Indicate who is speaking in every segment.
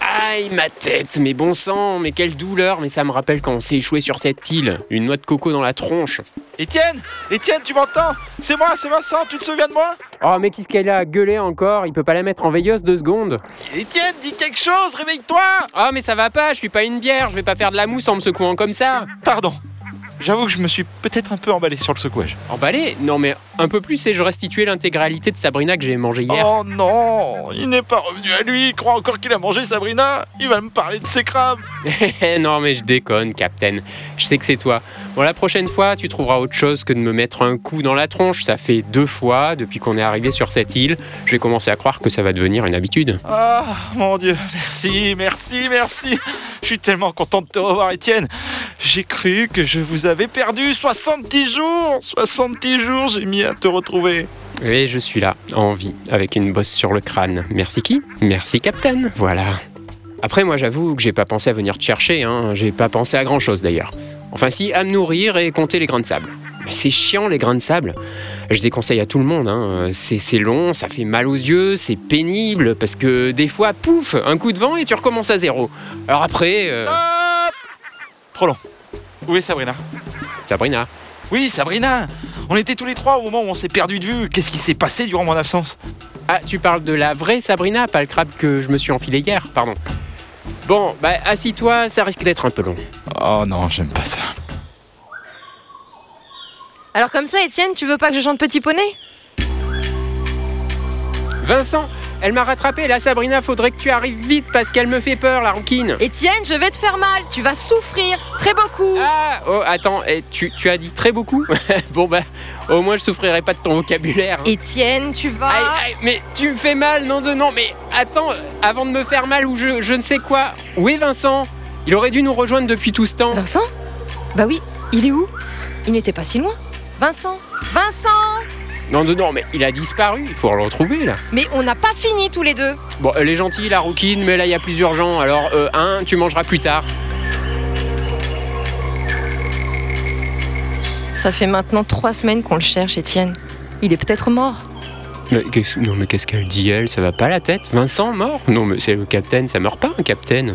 Speaker 1: Aïe, ma tête, mais bon sang, mais quelle douleur, mais ça me rappelle quand on s'est échoué sur cette île. Une noix de coco dans la tronche.
Speaker 2: Étienne Étienne, tu m'entends C'est moi, c'est Vincent, tu te souviens de moi
Speaker 1: Oh, mais qu'est-ce qu'elle a à gueuler encore Il peut pas la mettre en veilleuse deux secondes.
Speaker 2: Étienne, dis quelque chose, réveille-toi
Speaker 1: Oh, mais ça va pas, je suis pas une bière, je vais pas faire de la mousse en me secouant comme ça.
Speaker 2: Pardon. J'avoue que je me suis peut-être un peu emballé sur le secouage.
Speaker 1: Emballé Non, mais un peu plus et je restituais l'intégralité de Sabrina que j'ai mangée hier.
Speaker 2: Oh non Il n'est pas revenu à lui, il croit encore qu'il a mangé Sabrina Il va me parler de ses crabes
Speaker 1: Eh non, mais je déconne, Captain. Je sais que c'est toi. Bon, la prochaine fois, tu trouveras autre chose que de me mettre un coup dans la tronche. Ça fait deux fois depuis qu'on est arrivé sur cette île. Je vais commencer à croire que ça va devenir une habitude.
Speaker 2: Ah mon dieu, merci, merci, merci Je suis tellement content de te revoir Étienne J'ai cru que je vous avais perdu 70 jours 70 jours j'ai mis à te retrouver
Speaker 1: Et je suis là, en vie, avec une bosse sur le crâne. Merci qui Merci Captain. Voilà. Après, moi, j'avoue que j'ai pas pensé à venir te chercher. Hein. J'ai pas pensé à grand chose d'ailleurs. Enfin, si, à me nourrir et compter les grains de sable. Mais c'est chiant les grains de sable. Je déconseille à tout le monde. hein. C'est c'est long, ça fait mal aux yeux, c'est pénible parce que des fois, pouf, un coup de vent et tu recommences à zéro. Alors après, euh,
Speaker 2: Stop Trop long. Où est Sabrina
Speaker 1: Sabrina.
Speaker 2: Oui Sabrina On était tous les trois au moment où on s'est perdu de vue. Qu'est-ce qui s'est passé durant mon absence
Speaker 1: Ah, tu parles de la vraie Sabrina, pas le crabe que je me suis enfilé hier, pardon. Bon, bah assis-toi, ça risque d'être un peu long.
Speaker 2: Oh non, j'aime pas ça.
Speaker 3: Alors comme ça, Étienne, tu veux pas que je chante Petit Poney
Speaker 1: Vincent, elle m'a rattrapé, là Sabrina, faudrait que tu arrives vite parce qu'elle me fait peur, la ronquine.
Speaker 3: Étienne, je vais te faire mal, tu vas souffrir, très beaucoup.
Speaker 1: Ah, oh, attends, eh, tu, tu as dit très beaucoup Bon bah, au moins je souffrirai pas de ton vocabulaire. hein.
Speaker 3: Étienne, tu vas...
Speaker 1: Aïe, aïe, mais tu me fais mal, non de non, mais attends, avant de me faire mal ou je, je ne sais quoi, où est Vincent Il aurait dû nous rejoindre depuis tout ce temps.
Speaker 3: Vincent Bah oui, il est où Il n'était pas si loin. Vincent Vincent
Speaker 1: Non de non, mais il a disparu, il faut le retrouver là.
Speaker 3: Mais on n'a pas fini tous les deux.
Speaker 1: Bon, elle est gentille la rouquine, mais là il y a plusieurs gens, alors euh, un, tu mangeras plus tard.
Speaker 3: Ça fait maintenant trois semaines qu'on le cherche, Étienne. Il est peut-être mort.
Speaker 1: Mais qu'est-ce- non mais qu'est-ce qu'elle dit elle Ça va pas la tête Vincent mort Non mais c'est le capitaine, ça meurt pas un capitaine.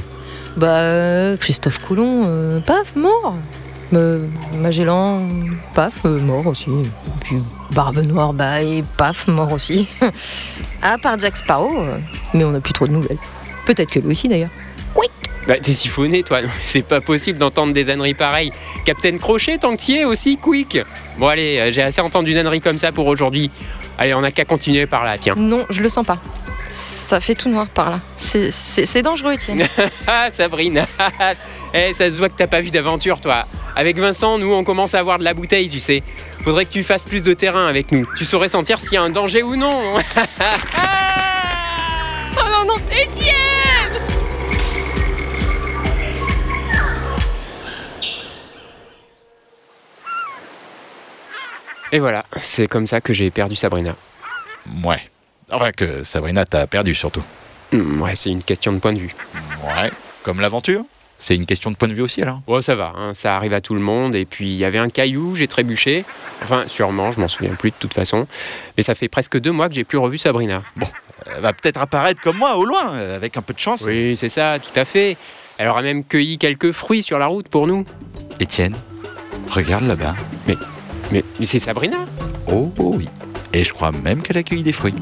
Speaker 3: Bah, euh, Christophe Coulon, euh, paf, mort. Euh, Magellan, paf, euh, mort aussi. Et puis Barbe Noire, bah, et paf, mort aussi. à part Jack Sparrow, euh, mais on n'a plus trop de nouvelles. Peut-être que lui aussi d'ailleurs.
Speaker 1: Bah t'es siphonné toi, Non, mais c'est pas possible d'entendre des âneries pareilles. Capitaine Crochet tant que t'y es aussi, quick Bon allez, euh, j'ai assez entendu une ânerie comme ça pour aujourd'hui. Allez, on a qu'à continuer par là, tiens.
Speaker 3: Non, je le sens pas. Ça fait tout noir par là. C'est- C'est c'est dangereux, Étienne.
Speaker 1: Ah Sabrina Eh ça se voit que t'as pas vu d'aventure toi. Avec Vincent, nous on commence à avoir de la bouteille, tu sais. Faudrait que tu fasses plus de terrain avec nous. Tu saurais sentir s'il y a un danger ou non.
Speaker 3: Oh non, non, Étienne
Speaker 1: Et voilà, c'est comme ça que j'ai perdu Sabrina.
Speaker 2: Ouais. Enfin que Sabrina t'a perdu surtout.
Speaker 1: Hmm, ouais, c'est une question de point de vue.
Speaker 2: Ouais. Comme l'aventure C'est une question de point de vue aussi alors
Speaker 1: Bon, ça va, hein, ça arrive à tout le monde. Et puis, il y avait un caillou, j'ai trébuché. Enfin, sûrement, je m'en souviens plus de toute façon. Mais ça fait presque deux mois que j'ai plus revu Sabrina.
Speaker 2: Elle Euh, va peut-être apparaître comme moi au loin, euh, avec un peu de chance.
Speaker 1: Oui, c'est ça, tout à fait. Elle aura même cueilli quelques fruits sur la route pour nous.
Speaker 2: Étienne, regarde là-bas.
Speaker 1: Mais, mais c'est Sabrina
Speaker 2: Oh, oh oui. Et je crois même qu'elle accueille des fruits.